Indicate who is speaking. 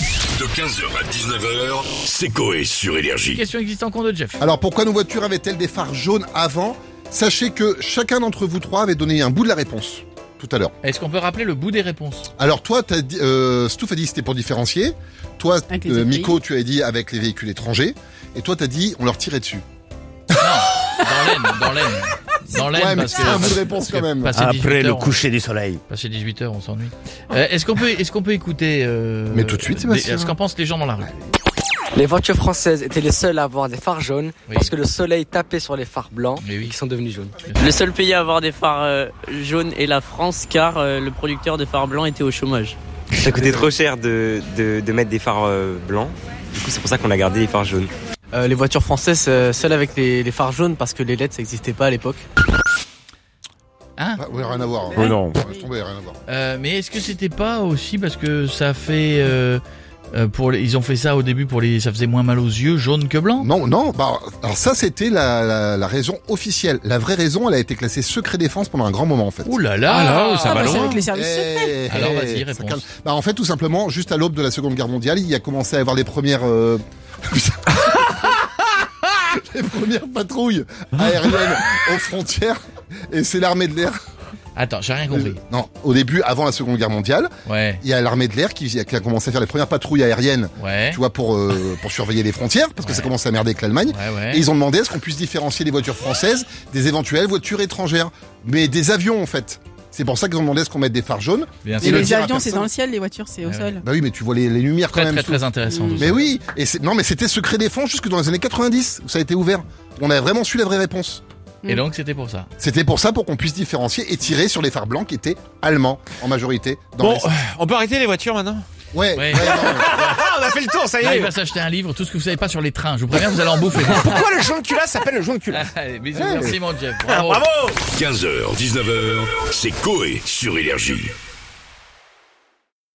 Speaker 1: De 15h à 19h, c'est Coé sur Énergie.
Speaker 2: Question existe en compte de Jeff.
Speaker 3: Alors pourquoi nos voitures avaient-elles des phares jaunes avant Sachez que chacun d'entre vous trois avait donné un bout de la réponse tout à l'heure.
Speaker 2: Est-ce qu'on peut rappeler le bout des réponses
Speaker 3: Alors toi, t'as dit, euh, Stouff a dit c'était pour différencier. Toi,
Speaker 4: Avec les
Speaker 3: euh,
Speaker 4: autres
Speaker 3: Miko, tu as dit avec les véhicules étrangers. Et toi, t'as dit on leur tirait dessus.
Speaker 2: Dans l'aine, dans l'aine. Dans l'aine,
Speaker 3: Ouais, mais
Speaker 2: parce que.
Speaker 3: c'est un bout de
Speaker 2: parce-
Speaker 3: réponse
Speaker 2: parce que
Speaker 3: quand même.
Speaker 2: passer 18
Speaker 5: Après le
Speaker 2: heures, on-
Speaker 5: coucher du soleil.
Speaker 2: Passer 18 heures, on s'ennuie. Euh, est-ce qu'on peut, est-ce qu'on peut écouter. euh,
Speaker 3: Mais tout de suite,
Speaker 2: des-
Speaker 3: Sébastien.
Speaker 2: Ce qu'en pensent les gens dans la rue.
Speaker 6: Les voitures françaises étaient les seules à avoir des phares jaunes
Speaker 2: Oui.
Speaker 6: parce que le soleil tapait sur les phares blancs
Speaker 2: Mais oui.
Speaker 6: et qui sont devenus jaunes.
Speaker 7: Le seul pays à avoir des phares euh, jaunes est la France car euh, le producteur de phares blancs était au chômage.
Speaker 8: Ça coûtait trop cher de, de, de mettre des phares euh, blancs. Du coup, c'est pour ça qu'on a gardé les phares jaunes.
Speaker 6: Euh, les voitures françaises euh, seules avec les, phares jaunes parce que les LED ça n'existait pas à l'époque.
Speaker 2: Hein
Speaker 3: Ah, ouais, rien à voir. hein.
Speaker 5: Oh non.
Speaker 3: Laisse tomber, rien à voir.
Speaker 2: Euh, mais est-ce que c'était pas aussi parce que ça fait. euh, euh, pour les- ils ont fait ça au début pour les. Ça faisait moins mal aux yeux, jaune que blanc
Speaker 3: Non, non. Bah, alors ça, c'était la, la- la raison officielle. La vraie raison, elle a été classée secret défense pendant un grand moment en fait.
Speaker 2: Ouh là là,
Speaker 4: Ah, bah, c'est
Speaker 2: loin.
Speaker 4: avec les services secrets.
Speaker 3: Eh,
Speaker 2: Alors,
Speaker 3: eh,
Speaker 2: vas-y,
Speaker 3: ça
Speaker 2: réponse.
Speaker 3: calme. Bah, en fait, tout simplement, juste à l'aube de la Seconde Guerre mondiale, il y a commencé à y avoir les premières. euh, les premières patrouilles aériennes aux frontières. Et c'est l'armée de l'air.
Speaker 2: Attends, j'ai rien compris.
Speaker 3: Non, au début, avant la Seconde Guerre mondiale,
Speaker 2: Ouais,
Speaker 3: il y a l'armée de l'air qui, qui a commencé à faire les premières patrouilles aériennes,
Speaker 2: ouais.
Speaker 3: tu vois, pour, euh, pour surveiller les frontières, parce que ça commence à merder avec l'Allemagne.
Speaker 2: Ouais, ouais.
Speaker 3: Et ils ont demandé à ce qu'on puisse différencier les voitures françaises des éventuelles voitures étrangères. Mais des avions, en fait. C'est pour ça qu'ils ont demandé à ce qu'on mette des phares jaunes.
Speaker 2: Bien
Speaker 3: Et
Speaker 4: Et
Speaker 2: sûr.
Speaker 3: le
Speaker 4: les
Speaker 3: dire à
Speaker 4: avions, c'est
Speaker 3: personne.
Speaker 4: dans le ciel, les voitures, c'est au
Speaker 2: Ouais,
Speaker 4: sol.
Speaker 3: Bah oui, mais tu vois les, les lumières quand
Speaker 2: Très,
Speaker 3: même.
Speaker 2: très,
Speaker 3: sous-
Speaker 2: très intéressant. tout ça.
Speaker 3: Mais oui, et c'est- non, mais c'était secret défense jusque dans les années 90 où ça a été ouvert. On a vraiment su la vraie réponse.
Speaker 2: Et donc, c'était pour ça.
Speaker 3: C'était pour ça, pour qu'on puisse différencier et tirer sur les phares blancs qui étaient allemands en majorité. Dans
Speaker 5: Bon,
Speaker 3: l'Est.
Speaker 5: on peut arrêter les voitures maintenant
Speaker 3: ouais,
Speaker 2: ouais.
Speaker 3: ouais, non, ouais.
Speaker 5: Ah, on a fait le tour, ça y
Speaker 2: Là, il
Speaker 5: est
Speaker 2: va s'acheter un livre, tout ce que vous savez pas sur les trains. Je vous préviens, vous allez en bouffer.
Speaker 5: Pourquoi le joint de culasse s'appelle le joint de culasse
Speaker 2: Allez, bisous, merci mon Jeff. Bravo.
Speaker 5: Bravo
Speaker 1: 15h, 19h, c'est Coé sur Énergie.